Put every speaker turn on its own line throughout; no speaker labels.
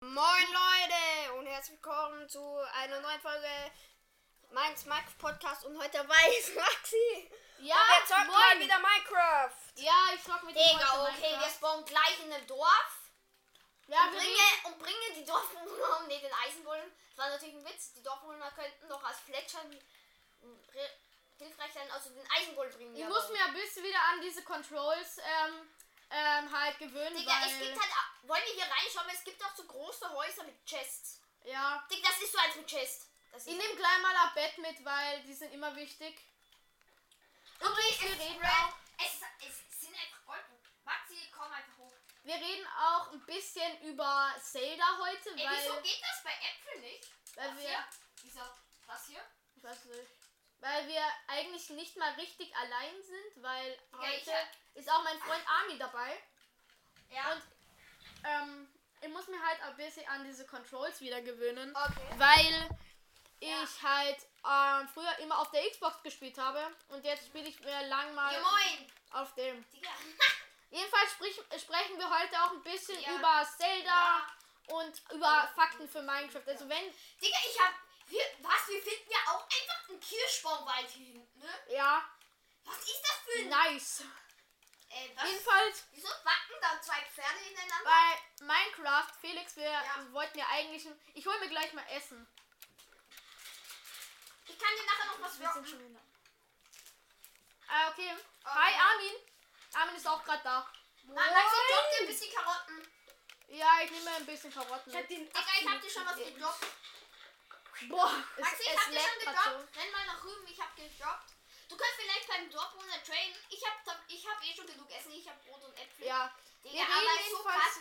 Moin Leute und herzlich willkommen zu einer neuen Folge meines Minecraft Podcast und heute dabei ist Maxi.
Ja,
und wir zocken mal
moin.
wieder Minecraft.
Ja, ich frag mit dem
Digga,
heute
okay, wir
Minecraft.
spawnen gleich in einem Dorf
Ja,
und,
wir
bringe,
reden-
und bringe die Dorfbewohner um, ne, den Eisenbullen. Das war natürlich ein Witz, die Dorfbewohner könnten noch als Fletschern re- hilfreich sein, also den Eisenbullen bringen.
Ich
wir
muss
aber.
mir ein bisschen wieder an diese Controls ähm, ähm, halt gewöhnen,
Digga,
weil...
es gibt halt, wollen wir hier reinschauen, weil es gibt auch so große Häuser mit Chests.
ja.
Digga, das ist so als mit Chest. Das
Ich
ist
nehme gleich mal ein Bett mit, weil die sind immer wichtig.
Übrigens,
wir reden
Red,
auch-
es, es sind einfach Goldblumen. Maxi, komm einfach hoch.
Wir reden auch ein bisschen über Zelda heute,
Ey, wieso
weil,
geht das bei Äpfeln nicht?
weil
das
wir...
hier? Wieso? Das hier?
Ich weiß nicht. Weil wir eigentlich nicht mal richtig allein sind, weil
Ja, ich
heute
hab-
ist auch mein Freund Armin dabei.
Ja.
Und- Ähm, ich muss mir halt ein bisschen an diese Controls wieder gewöhnen.
okay.
weil ich
Ja.
halt ähm, früher immer auf der Xbox gespielt habe und jetzt spiele ich mir lang mal
Ja, moin.
auf dem.
Digga.
Jedenfalls sprich, sprechen wir heute auch ein bisschen
Ja.
über Zelda
Ja.
und über Fakten für Minecraft. Also wenn
Digga, ich hab. Wir, was? Wir finden ja auch einfach einen Kirschbaumwald hier hinten, ne?
ja,
Was ist das für ein.
nice.
Äh, was?
Jedenfalls
Wieso backen da zwei Pferde hinteinander?
bei Minecraft, Felix, wir
Ja.
wollten ja eigentlich ein, ich hole mir gleich mal Essen.
Ich kann dir nachher noch was
Wir sind
wirken.
schon wieder. Ah, okay. Hi
Okay.
Armin. Armin ist auch gerade da.
Nein, Maxi, drop dir ein bisschen Karotten.
Ja, ich nehme ein bisschen Karotten.
Ich hab den
Digga, ich hab dir schon was
Okay.
gedroppt.
Boah, es,
Maxi, ich
es
hab dir schon
leckt grad so.
gedroppt. Renn mal nach rüben, ich hab gedroppt. Du kannst vielleicht beim Dortmunder trainen. Ich hab, da- ich hab eh schon genug Essen. Ich hab Brot und Äpfel.
Ja,
Digga,
Wir
aber
reden
ist so
jedenfalls-
krass.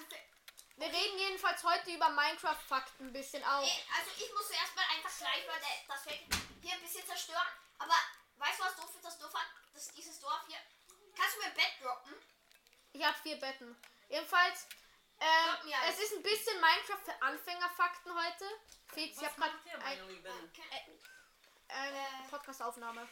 wir reden jedenfalls heute über Minecraft-Fakten ein bisschen auch.
Ey, also ich muss zuerst mal einfach gleich mal der- das Feld hier ein bisschen zerstören. Aber weißt du, was doof ist? Das Dorf hat, das, dieses Dorf hier. Kannst du mir ein Bett droppen?
Ich habe vier Betten. Jedenfalls, ähm,
Glaub mir alles.
es ist ein bisschen Minecraft für Anfängerfakten heute. Felix, ich habe gerade ein,
Ah, Okay.
eine
Äh.
ähm, Podcast-Aufnahme.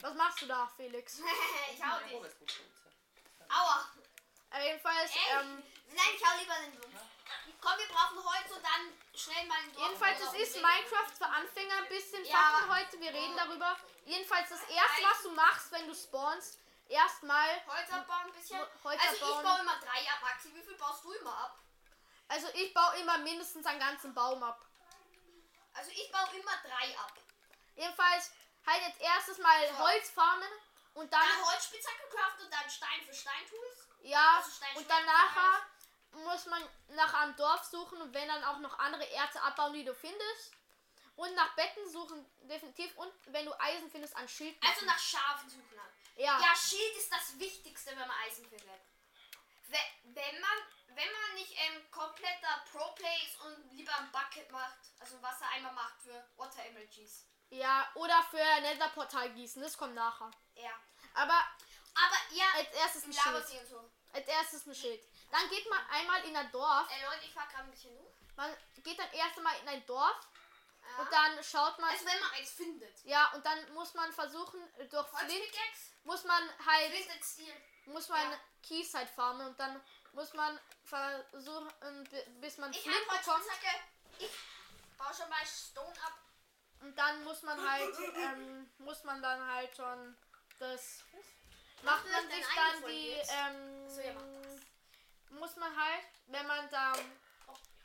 Was machst du da, Felix?
ich hau dich. Aua.
Äh, jedenfalls,
Ey,
ähm,
nein, ich hau lieber den Sumpf. Komm, wir brauchen Holz und dann schnell mal ein Dorf.
jedenfalls, es ist Minecraft für Anfänger ein bisschen
Ja. Oh.
Fakten heute. Wir reden darüber. Jedenfalls, das erste, was du machst, wenn du spawnst, erstmal
Holz abbauen ein bisschen.
Holz
also ich
abbauen.
baue immer drei ab, Maxi. Wie viel baust du immer ab?
Also ich baue immer mindestens einen ganzen Baum ab.
Also ich baue immer drei ab.
Jedenfalls halt jetzt erstes mal
So. Ah,
Holz farmen und dann
Dann Holzspitzhacke craften und dann Stein für Steintools.
ja
also Stein
und
schmeißen,
dann nachher muss man nach einem Dorf suchen und wenn dann auch noch andere Erze abbauen, die du findest und nach Betten suchen definitiv und wenn du Eisen findest an Schild.
Also
machen.
nach Schafen suchen. dann.
ja.
Ja, Schild ist das Wichtigste, wenn man Eisen findet. We- Wenn man, wenn man nicht ähm, kompletter Pro-Play ist und lieber ein Bucket macht, also einen Wassereimer macht für Water Emojis.
ja oder für Netherportal gießen, das kommt nachher.
Ja.
Aber
Aber ja,
als erstes Äh, ein
im Lavasee
Schild.
und so.
Als erstes ein Schild. Dann geht man einmal in ein Dorf.
Ey Leute, ich fahr gerade ein bisschen hoch.
Man geht dann erst einmal in ein Dorf
Ja.
und dann schaut man
also wenn man eins findet.
Ja, und dann muss man versuchen, durch Flint
Holzpickaxe,
muss man halt,
Flint and Steel.
muss man
ja.
Kies halt farmen und dann muss man versuchen, ähm, bi- bis man
Ich
Flint
hab
bekommt
Holzspitzhacke. Ich baue schon mal Stone ab.
und dann muss man halt, ähm, muss man dann halt schon das,
Machst
macht
du das
man
denn
sich dann
eingefolgt
die,
jetzt?
ähm,
So, ihr macht das. Oh,
muss man halt, wenn man da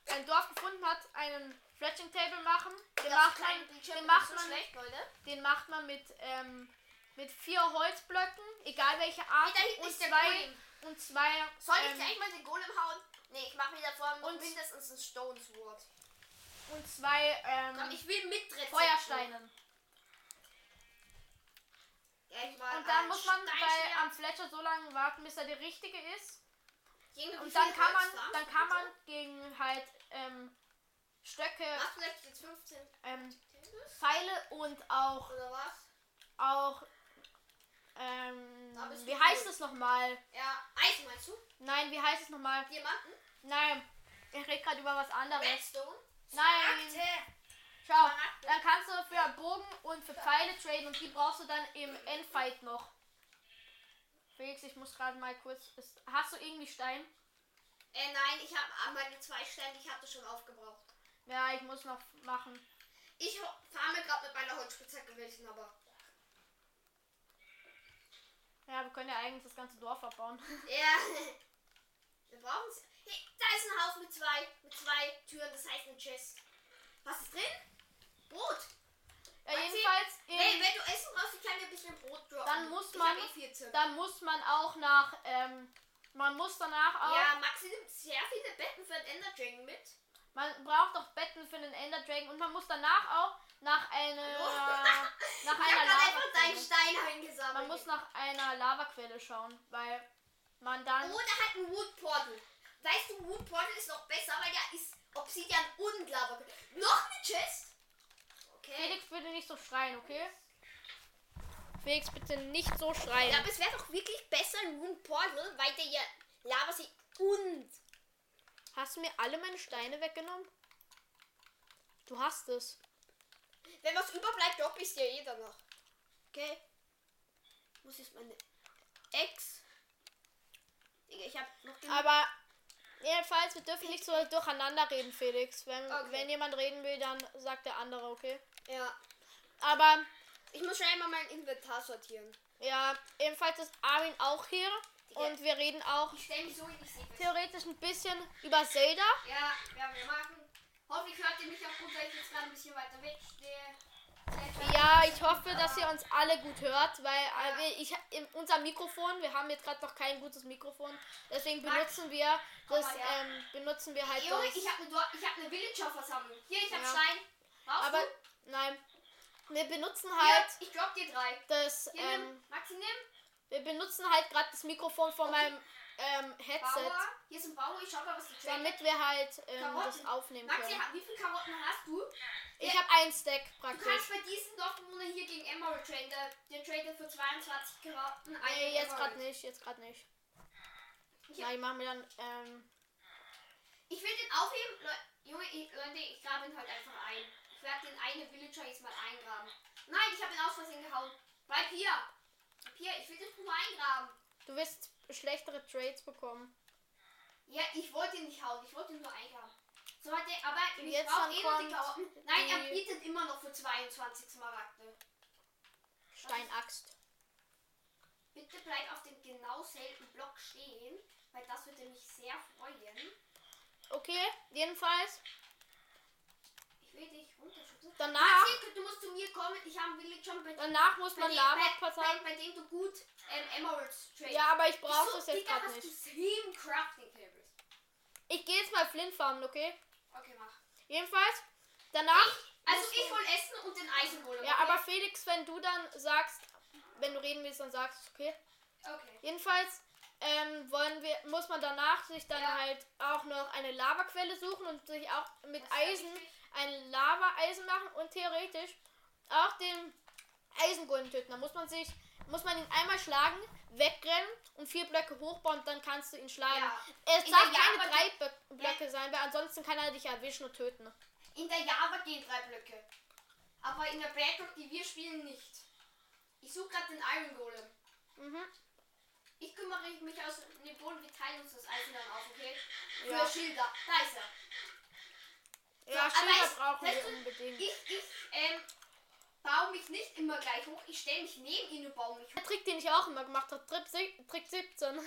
ein Dorf gefunden hat, einen Fletching Table machen, den
Das
macht
kleine
man,
Bildschirm
den
ist
macht
so
man
schlecht, Leute.
Den macht man mit, ähm, mit vier Holzblöcken, egal welche Art,
da hinten
und
ist der
zwei,
Golem.
und zwei,
Soll ich
ähm,
gleich mal den Golem hauen? Nee, ich mach mir davor
Und-
mindestens ein Stone Sword.
und zwei
Komm,
ähm,
ich will mit Rezept.
Feuersteinen.
Ja, ich war
Und dann
ein
muss man bei,
Steinschwert.
am Fletcher so lange warten, bis er der richtige ist.
Gegen wie
Und dann
viel
kann
Holz
man,
darfst
dann
du
kann
bitte?
man gegen halt ähm, Stöcke,
Machst du vielleicht jetzt 15
ähm, Pfeile und auch,
oder was?
auch ähm,
Da bist du
wie heißt
cool.
es nochmal?
Ja, Eis meinst du?
Nein, wie heißt es nochmal?
Diamanten?
Nein, ich rede gerade über was anderes.
Redstone?
Nein. Oh.
Smaragde.
Schau,
Smaragde.
dann kannst du für Bogen und für Pfeile traden und die brauchst du dann im Endfight noch. Felix, ich muss gerade mal kurz. Ist, hast du irgendwie Stein?
Äh, nein, ich habe meine zwei Sterne, ich hatte schon aufgebraucht.
Ja, ich muss noch machen.
Ich ho- farme gerade mit meiner Holzspitzhacke gewesen, aber.
Ja, wir können ja eigentlich das ganze Dorf abbauen.
Ja. Wir brauchen es. Hey, da ist ein Haus mit zwei, mit zwei Türen, das heißt eine Chest. Was ist drin? Brot.
Ja,
Maxi,
jedenfalls.
Hey,
ähm,
wenn du Essen brauchst, ich kann dir ein bisschen Brot droppen.
Dann muss
Ich
man-
hab eh 14.
dann muss man auch nach. Ähm, man muss danach auch.
ja, Maxi nimmt sehr viele Betten für einen Ender Dragon mit.
Man braucht auch Betten für den Ender Dragon und man muss danach auch nach einer.
Hallo?
nach
ich
einer
hab grad einfach deinen
Lavaquelle.
Stein eingesammelt.
Man muss nach einer Lavaquelle schauen, weil man dann.
Oder halt ein Wood Portal. Weißt du, Wood Portal ist noch besser, weil da ist Obsidian unglaublich. Noch eine Chest? Okay.
Felix, bitte nicht so schreien, okay? Felix, bitte nicht so schreien.
Ja, aber es wäre doch wirklich besser ein Wood Portal, weil der ja Lava sich und.
Hast du mir alle meine Steine weggenommen? Du hast es.
Wenn was überbleibt, droppe ich dir jeder eh noch. Okay. Muss jetzt meine Ex. Digga, ich hab noch den.
Aber jedenfalls, wir dürfen nicht so durcheinander reden, Felix. Wenn,
Okay.
wenn jemand reden will, dann sagt der andere, okay?
Ja.
Aber
Ich muss schon einmal mein Inventar sortieren.
ja, ebenfalls ist Armin auch hier.
Ja.
Und wir reden auch
Ich stelle mich so in die Siebe.
theoretisch ein bisschen über Zelda.
Ja, ja, wir machen. Hoffentlich hört ihr mich auch gut, weil ich jetzt gerade ein bisschen weiter weg stehe.
Ja, ich hoffe, dass ihr uns alle gut hört, weil äh, wir- ich, in unser Mikrofon, wir haben jetzt gerade noch kein gutes Mikrofon, deswegen benutzen wir
Komm
das,
mal her.
ähm, benutzen wir halt
Junge,
das.
ich habe eine, Dor- ich hab eine Villager-Versammlung. Hier, ich habe
Ja.
Stein. Brauchst
Aber
du?
nein, wir benutzen
Hier,
halt
ich drop dir drei.
das,
Hier,
ähm,
nimm. Maxi, nimm.
wir benutzen halt gerade das Mikrofon von meinem ähm, Headset,
Bauer. Hier ist ein Bauer. Ich schau mal, was die Trade
damit wir halt ähm,
Karotten.
das aufnehmen
Maxi,
können.
ha- wie viele Karotten hast du?
Ich habe einen Stack
Du
praktisch.
kannst bei diesem Dorfbewohner hier gegen Emerald traden. Der, der tradet für 22 Karotten. einen
Nee, jetzt
Emerald.
gerade nicht, jetzt gerade nicht.
Ich hab-
Nein, ich mache mir dann ähm,
Ich will den aufheben. Leu Junge, ich, Leute, ich grabe ihn halt einfach ein. Ich werde den eine Villager jetzt mal eingraben. Nein, ich habe ihn aus Versehen gehauen. Bei Pia. Pia, ich will den nur eingraben.
du wirst schlechtere Trades bekommen.
Ja, ich wollte ihn nicht hauen. Ich wollte ihn nur eingraben. So hat er, aber ich
Jetzt
brauche
dann
eh noch die
kommt
Karotten. Nein, er
die-
bietet immer noch für 22 Smaragde.
Steinaxt.
Bitte bleib auf dem genau selben Block stehen, weil das würde mich sehr freuen.
Okay, jedenfalls.
Ich will dich runterschubsen.
Danach-
Maxi, du musst zu mir kommen. Ich habe einen Villager bei
Danach muss
Bei
man
dem-
Lava
bei, bei,
verteilen.
bei dem du gut ähm, Emeralds trade.
Ja, aber ich brauche
Wieso,
das jetzt
Digga,
gerade
hast du
nicht.
sieben Crafting Tables.
Ich gehe jetzt mal Flint farmen, okay?
Okay, mach.
Jedenfalls. Danach.
Also
muss
ich
man-
hol Essen und den Eisen holen.
Ja,
okay?
aber Felix, wenn du dann sagst, wenn du reden willst, dann sagst du, okay.
Okay.
Jedenfalls ähm, wollen wir, muss man danach sich dann
Ja.
halt auch noch eine Lavaquelle suchen und sich auch mit
Das ist
Eisen
richtig.
ein Lava-Eisen machen und theoretisch auch den Eisengolden töten. Da muss man sich, muss man ihn einmal schlagen, wegrennen und vier Blöcke hochbauen und dann kannst du ihn schlagen.
Ja.
Es
In
darf
der
keine
Java-
drei Bö- Blöcke sein, weil ansonsten kann er dich erwischen und töten.
In der Java gehen drei Blöcke. Aber in der Battle, die wir spielen, nicht. Ich suche gerade den Iron Golem.
Mhm.
Ich kümmere mich aus dem Boden, wir teilen uns das Eisen dann auf, okay? Für
Ja.
Schilder. Da ist er.
Ja,
aber
Schilder
ich-
brauchen
weißt
wir
du,
unbedingt.
Ich, ich ähm, baue mich nicht immer gleich hoch. Ich stelle mich neben ihn und baue mich hoch.
Der Trick, den ich auch immer gemacht habe, Trick, sieb- Trick 17.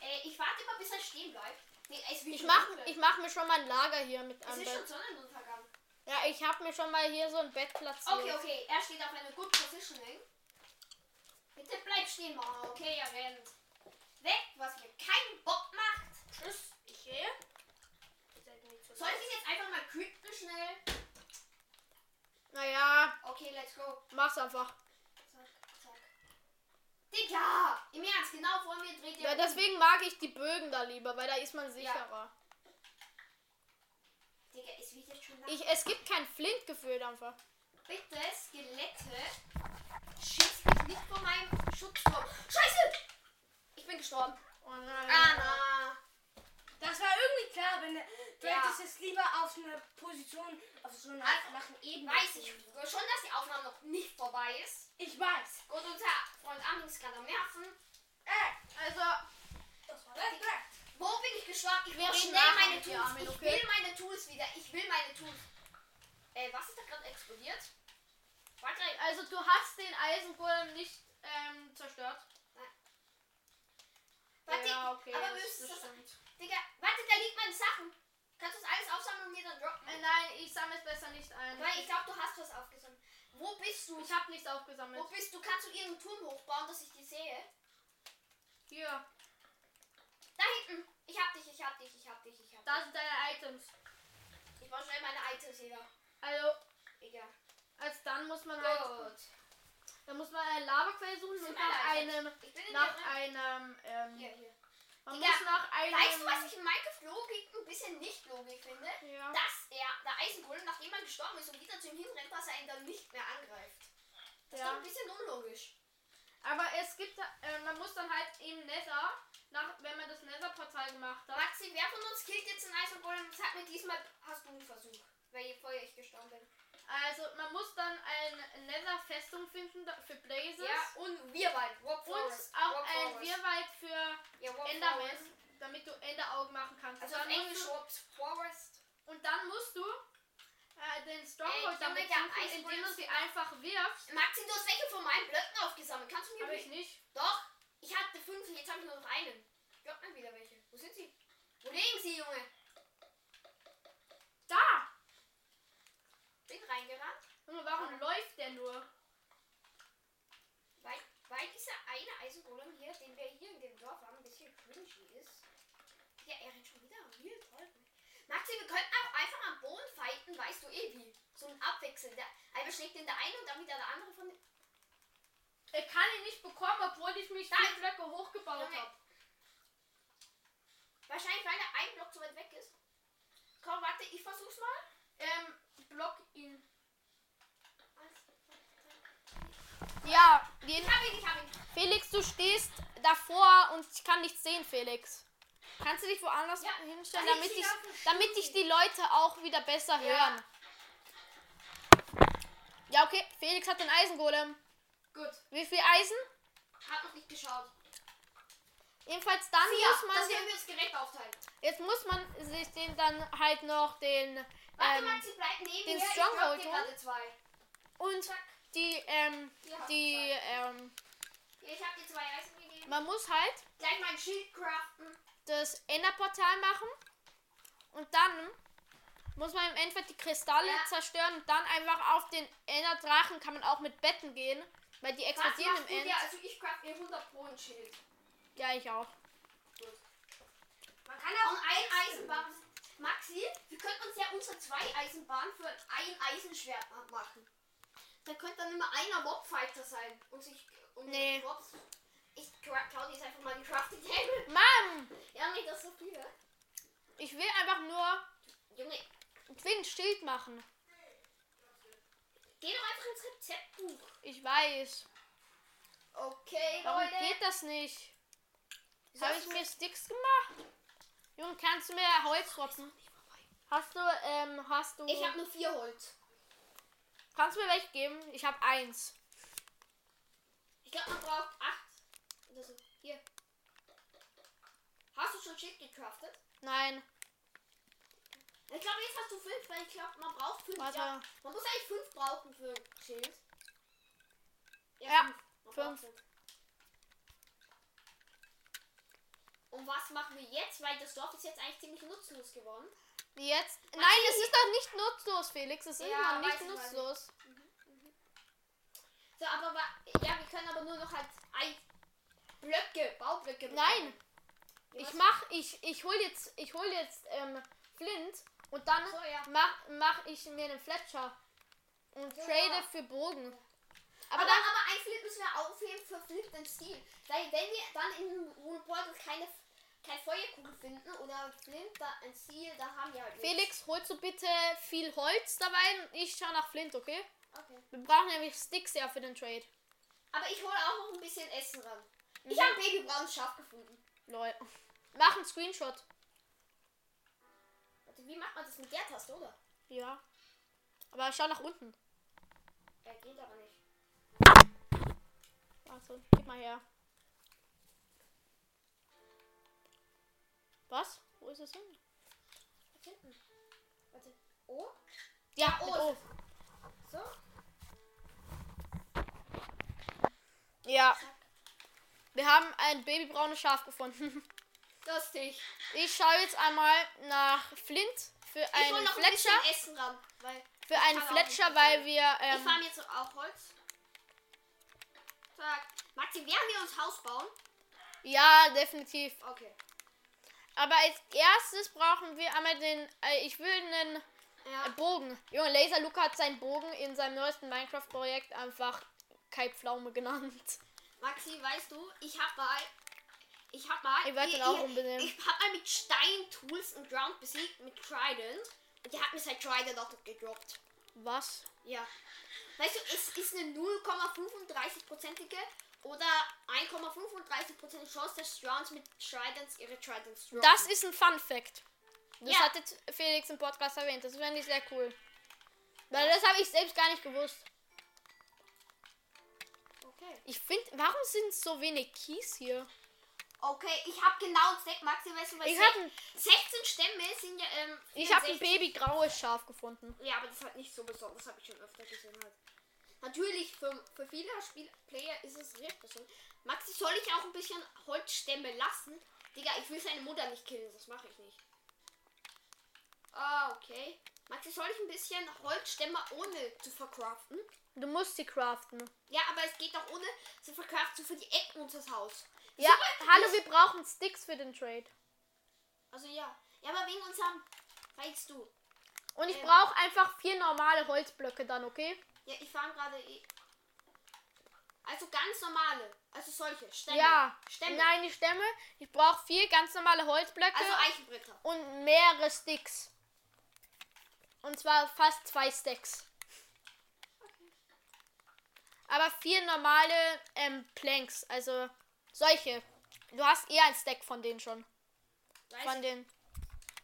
Äh, ich warte immer, bis er stehen bleibt. Nee, es wird
Ich
schon
mach,
dunkel.
ich mach mir schon mal ein Lager hier mit
Es
an.
ist schon Sonnenuntergang.
Ja, ich hab mir schon mal hier so ein Bett platziert.
Okay, okay, er steht auf einer Good Positioning. Bitte bleib stehen, Mama. Okay, er rennt. Weg, was mir keinen Bock macht. Tschüss.
Ich gehe. Ihr seid nicht so
Soll ich ihn jetzt einfach mal creepen schnell?
Naja,
Okay, let's go.
mach's einfach.
Zack, zack. Digga! Im Ernst, genau vor mir dreht
Ja,
er.
deswegen mag ich die Bögen da lieber, weil da ist man sicherer.
Digga, es wird jetzt schon lang.
Ich, es gibt kein Flintgefühl einfach.
Bitte, Skelette. Schieß mich nicht vor meinem Schutzraum. Scheiße! Ich bin gestorben.
Oh nein.
Anna.
Das war irgendwie klar, wenn der- du
Ja.
hättest es lieber auf eine Position, auf so einer
Also,
flachen Ebene.
Weiß ich schon, dass die Aufnahme noch nicht vorbei ist.
Ich weiß. Äh,
Gut, unser Freund Armin ist gerade am Nerven.
Also,
Das war das.
Wo bin ich gestorben? Ich
Wir
will
reden nachher
meine
mit dir,
Tools.
Armin,
Ich
okay?
will meine Tools wieder. Ich will meine Tools. Äh, was ist da gerade explodiert? Warte,
also du hast den Eisengolem nicht ähm, zerstört.
warte.
ja, okay.
aber wir
das-
müssen
das
das.
stimmt.
Digga, warte, da liegen meine Sachen. Kannst du das alles aufsammeln und mir dann droppen?
Äh, Nein, ich sammle es besser nicht ein.
Weil ich glaube, du hast was aufgesammelt. Wo bist du?
ich habe nichts
Wo
aufgesammelt.
bist du? Kannst du ihren Turm hochbauen, dass ich die sehe?
Hier,
Da hinten. Ich hab dich, ich hab dich, ich hab dich, ich hab dich.
da sind deine Items.
Ich brauche schnell meine Items wieder.
Also,
Egal.
als dann muss man halt,
Gut.
dann muss man eine Lavaquelle suchen
Das
und
sind
nach
meine Items.
einem,
Ich bin in
nach
der
einem,
Hier,
ähm,
hier.
man
Digga,
muss nach einem.
Weißt du, was ich in Minecraft Logik ein bisschen nicht Logik finde?
Ja.
Dass er, der Eisenkohle, nachdem er gestorben ist und wieder zu ihm hinrennt, dass er ihn dann nicht mehr angreift. Das ist
Ja.
doch ein bisschen unlogisch.
Aber es gibt, äh, man muss dann halt im Nether, nach, wenn man das Nether-Portal gemacht hat.
Maxi, wer von uns killt jetzt den Eisenkohle und sag mir diesmal, hast du einen Versuch? Weil je vorher ich gestorben bin.
Also man muss dann eine Nether-Festung finden da- für Blazes
Ja, und wir beide. Rob
und
Forest.
auch
Rob
ein
Forest.
Wirrwald für
Ja, Rob
Enderman,
Forest.
damit du Enderaugen machen kannst.
Also
Und
auf
dann musst
Englisch
du,
Rob Forest.
und dann musst du äh, den
Ey,
Stronghold
Junge,
damit
der
suchen,
Eisbrunnen
indem du
ist
sie
wieder-
einfach wirfst.
Maxi, du hast welche von meinen Blöcken aufgesammelt. Kannst du mir
Hab ich
welche?
nicht.
Doch, ich hatte fünf und jetzt habe ich nur noch einen. Glaub mir wieder welche. Wo sind sie? Wo liegen sie, Junge?
Da!
Bin reingerannt.
Junge,
Ah.
warum läuft der nur?
Weil, weil dieser eine Eisengolem hier, den wir hier in dem Dorf haben, ein bisschen cringy ist. Ja, er rennt schon wieder real toll. Maxi, wir könnten auch einfach am Boden fighten, weißt du eh wie. So ein Abwechseln. Der eine schlägt den der eine und dann wieder der andere von dem.
Ich kann ihn nicht bekommen, obwohl ich mich
Da
vier
ist-
Blöcke hochgebaut
Junge.
habe.
Wahrscheinlich, weil der ein Block zu weit weg ist. Komm, warte, ich versuch's mal.
Ähm, block ihn.
Eins, zwei, drei.
Ja,
Ich hab ihn, ich hab ihn.
Felix, du stehst davor und ich kann nichts sehen, Felix. Kannst du dich woanders
Ja,
hinstellen,
kann
damit
ich
ich,
sie auf den
damit ich die Leute auch wieder
Ja.
besser hören? Ja, okay. Felix hat den Eisengolem.
Gut.
Wie viel Eisen?
Hab noch nicht geschaut.
Jedenfalls dann
Ja,
muss
das
man.
werden wir uns gerecht aufteilen.
Jetzt muss man sich den dann halt noch den.
Warte,
Ähm,
Maxi, bleib neben
den
mir. Ich
Stronghold
glaub dir
holen.
gerade zwei.
und
Zack.
die, ähm,
Ja,
die, ähm,
Ja, ich hab dir zwei Eisen gegeben.
man muss halt
Gleich mein Schild craften.
das Enderportal machen und dann muss man im Endeffekt die Kristalle
Ja.
zerstören und dann einfach auf den Enderdrachen kann man auch mit Betten gehen, weil die
Was
explodieren
machst
im
du
End.
dir? Also ich craft mir 100 pro ein Schild.
Ja, ich auch.
Man kann
Und
auch
ein Eisenbahn. Maxi, wir könnten uns ja unsere zwei Eisenbahnen für ein Eisenschwert ma- machen. Da könnte dann immer einer Mobfighter sein und sich und
Nee.
Mobs. Ich cra- klau dir jetzt einfach mal die Crafting Table.
Mann,
Ja, nee, das ist so viele.
ich will einfach nur,
Junge,
ich will ein Schild machen.
geh doch einfach ins Rezeptbuch.
Ich weiß.
Okay,
Warum
Leute.
geht das nicht?
Soll
Habe ich
ich-
mir Sticks gemacht? Junge, kannst du mir Holz rotten? Hast du, ähm, hast du,
Ich habe nur vier Holz.
kannst du mir welche geben? Ich habe eins.
Ich glaube, man braucht acht. Oder so. Hier. Hast du schon Schild gecraftet?
Nein,
Ich glaube, jetzt hast du fünf, weil ich glaube, man braucht fünf.
warte.
Ja. Man muss eigentlich fünf brauchen für ein Schild.
Ja,
fünf. Man braucht
fünf.
fünf. Und was machen wir jetzt? Weil das Dorf ist jetzt eigentlich ziemlich nutzlos geworden.
Jetzt? Nein,
Maxi-
es ist doch nicht nutzlos, Felix. Es ist
Ja,
noch nicht
weiß ich, weiß ich.
nutzlos.
So, aber wa- ja, wir können aber nur noch halt ein Blöcke, Baublöcke. bekommen.
Nein,
Ja,
ich
was?
mach, ich, ich hol jetzt, ich hol jetzt ähm, Flint und dann
So, ja.
mach, mach ich mir einen Fletcher und
Ja.
trade für Bogen.
Aber,
Aber,
aber,
dann,
ein Flip müssen wir aufheben für Flip den Stil. Weil wenn wir dann in Runeportal keine kein Feuerkugel finden oder Flint da ein Stil, dann haben wir halt nichts.
Felix, holst du bitte viel Holz dabei und ich schau nach Flint, okay?
Okay.
Wir brauchen nämlich Sticks ja für den Trade.
Aber ich hole auch noch ein bisschen
Mhm.
Essen ran. Ich habe ein babybraunes Schaf gefunden.
Lol. Mach einen Screenshot.
Wie macht man das mit der Taste, oder?
Ja. Aber schau nach unten.
Er geht aber nicht.
Also, gib mal her. Was? Wo ist es hin?
Was hinten? Warte. O?
Ja,
oh,
mit
es
O.
So?
Ja. Wir haben ein babybraunes Schaf gefunden.
Lustig.
Ich schaue jetzt einmal nach Flint für
Ich
einen
hol noch ein
Fletcher.
bisschen Essen ran, weil
für einen
kann auch
Fletcher,
nicht
weil wir.
ich
Ähm,
farm jetzt auch Holz. Zack. Maxi, werden wir uns Haus bauen?
ja, definitiv.
Okay.
Aber als erstes brauchen wir einmal den. Äh, ich will einen äh,
Ja.
Bogen. Junge, Laser Luca hat seinen Bogen in seinem neuesten Minecraft-Projekt einfach Kai Pflaume genannt.
Maxi, weißt du, ich hab mal. Ich hab mal.
Ich werd den auch umbenennen.
Ich hab mal mit Stein Tools und Ground besiegt mit Trident. Und der hat mir sein Trident auch gedroppt.
Was?
Ja. Weißt du, es ist eine 0,35%ige oder 1,35% Chance, dass Strons mit Tridents ihre Tridents droppen.
Das ist ein Fun Fact. Das
Ja.
hat jetzt Felix im Podcast erwähnt. Das fände ich sehr cool. Weil das habe ich selbst gar nicht gewusst.
Okay.
Ich finde, warum sind so wenig Keys hier?
Okay, ich hab genau ein Stack, Maxi, weißt du, weil
Ich
sech-
habe ein,
16 Stämme sind ja, ähm,
ich hab
64.
ein babygraues Schaf gefunden.
Ja, aber das ist halt nicht so besonders, das habe ich schon öfter gesehen halt. Natürlich, für, für viele Spiel Player ist es recht besonders. Maxi, soll ich auch ein bisschen Holzstämme lassen? Digga, ich will seine Mutter nicht killen, das mache ich nicht. Ah, okay. Maxi, soll ich ein bisschen Holzstämme ohne zu verkraften?
Du musst sie craften.
Ja, aber es geht doch ohne zu verkraften für die Ecken unseres Haus.
Ja,
Super,
hallo,
das-
wir brauchen Sticks für den Trade.
Also ja. Ja, aber wegen unserem, weißt du.
Und ich
Ähm.
brauche einfach vier normale Holzblöcke dann, okay?
Ja, ich fahre gerade eh. Also ganz normale. Also solche. Stämme.
Ja.
Stämme.
Nein, die Stämme. Ich brauche vier ganz normale Holzblöcke
Also Eichenbretter.
und mehrere Sticks. Und zwar fast zwei Stacks. Aber vier normale ähm, Planks, also solche. Du hast eher ein Stack von denen schon.
Weiß
Von
ich.
den.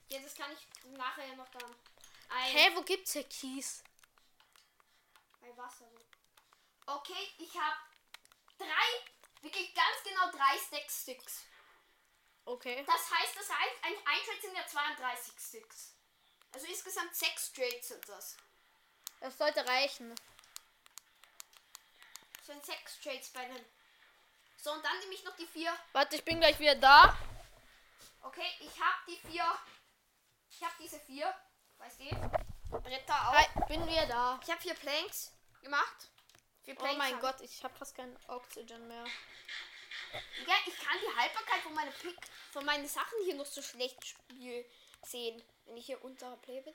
Ja, das kann ich nachher noch dann. Ein
Hä, wo gibt's hier Kies?
bei Wasser. Okay, ich habe drei, wirklich ganz genau drei Stack Sticks.
Okay.
Das heißt, das heißt, ein Eintrade sind ja 32 Sticks. Also insgesamt sechs Trades sind das.
Das sollte reichen.
Das sind sechs Trades bei einem. So, und dann nehme ich noch die vier
Warte, ich bin gleich wieder da.
Okay, ich hab die vier. Ich hab diese vier. Weißt du? Bretter auch.
Hi, bin wieder da.
Ich hab vier Planks gemacht. Vier
Oh mein
hab
Gott, ich habe fast keinen Oxygen mehr.
ich. Ja, ich kann die Haltbarkeit von meinen Pick, von meinen Sachen hier noch so schlecht spiel sehen, wenn ich hier unter Play bin.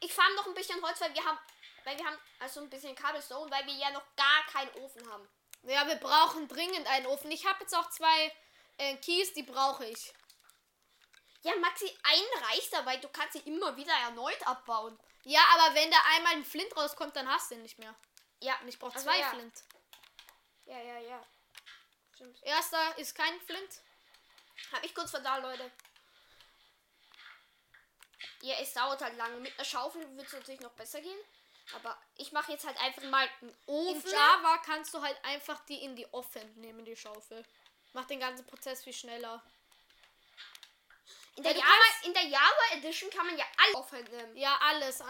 Ich farm noch ein bisschen Holz, weil wir haben, weil wir haben also ein bisschen Cobblestone, weil wir ja noch gar keinen Ofen haben.
Ja, wir brauchen dringend einen Ofen. Ich habe jetzt auch zwei äh, Keys, die brauche ich.
Ja, Maxi, ein reicht dabei. Du kannst sie immer wieder erneut abbauen.
Ja, aber wenn da einmal ein Flint rauskommt, dann hast du ihn nicht mehr.
Ja,
Und ich brauche
Also
zwei
ja.
Flint.
ja, ja, ja. Stimmt.
Erster ist kein Flint.
Hab ich kurz vor da, Leute. Ja, es dauert halt lange. Mit einer Schaufel wird es natürlich noch besser gehen. Aber ich mache jetzt halt einfach mal einen
In
Ofen.
Java kannst du halt einfach die in die Offen nehmen, die Schaufel. Macht den ganzen Prozess viel schneller.
In der,
Ja, du
Java, in der Java Edition kann man ja alles ähm. aufnehmen.
Ja, alles. äh,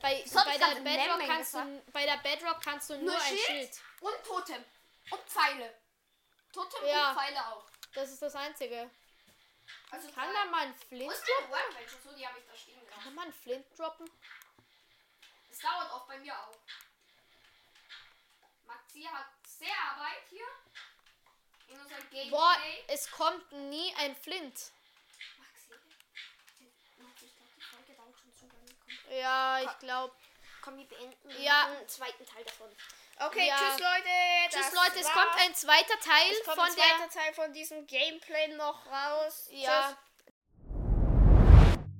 Bei,
Sonst
bei,
kannst
der
du
Bedrock
Lemon
kannst du, bei der Bedrock kannst du nur,
Nur
ein
Schild?
Schild.
Und Totem. Und Pfeile. Totem
Ja.
und Pfeile auch.
Das ist das Einzige.
Also
Kann
drei.
da mal ein Flint
Wo ist meine Warren Ranger? So, die habe ich da stehen gelassen.
Kann man Flint droppen?
Es dauert oft bei mir auch. Maxi hat sehr Arbeit hier. In unserem Gameplay.
Boah, es kommt nie ein Flint.
Maxi, Maxi, ich glaube, die Folge dauert schon zu lange. Komm,
Ja, ich glaube.
komm wir beenden
Ja.
machen einen zweiten Teil davon.
Okay,
Ja.
tschüss Leute.
Tschüss
das
Leute, es
war's.
kommt ein zweiter Teil
Es kommt
von
ein
der.
zweiter Teil von diesem Gameplay noch raus.
Ja.
Tschüss.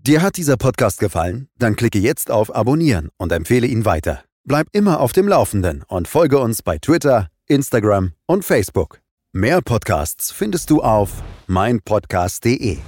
Dir hat dieser Podcast gefallen? Dann klicke jetzt auf Abonnieren und empfehle ihn weiter. Bleib immer auf dem Laufenden und folge uns bei Twitter, Instagram und Facebook. Mehr Podcasts findest du auf meinpodcast.de.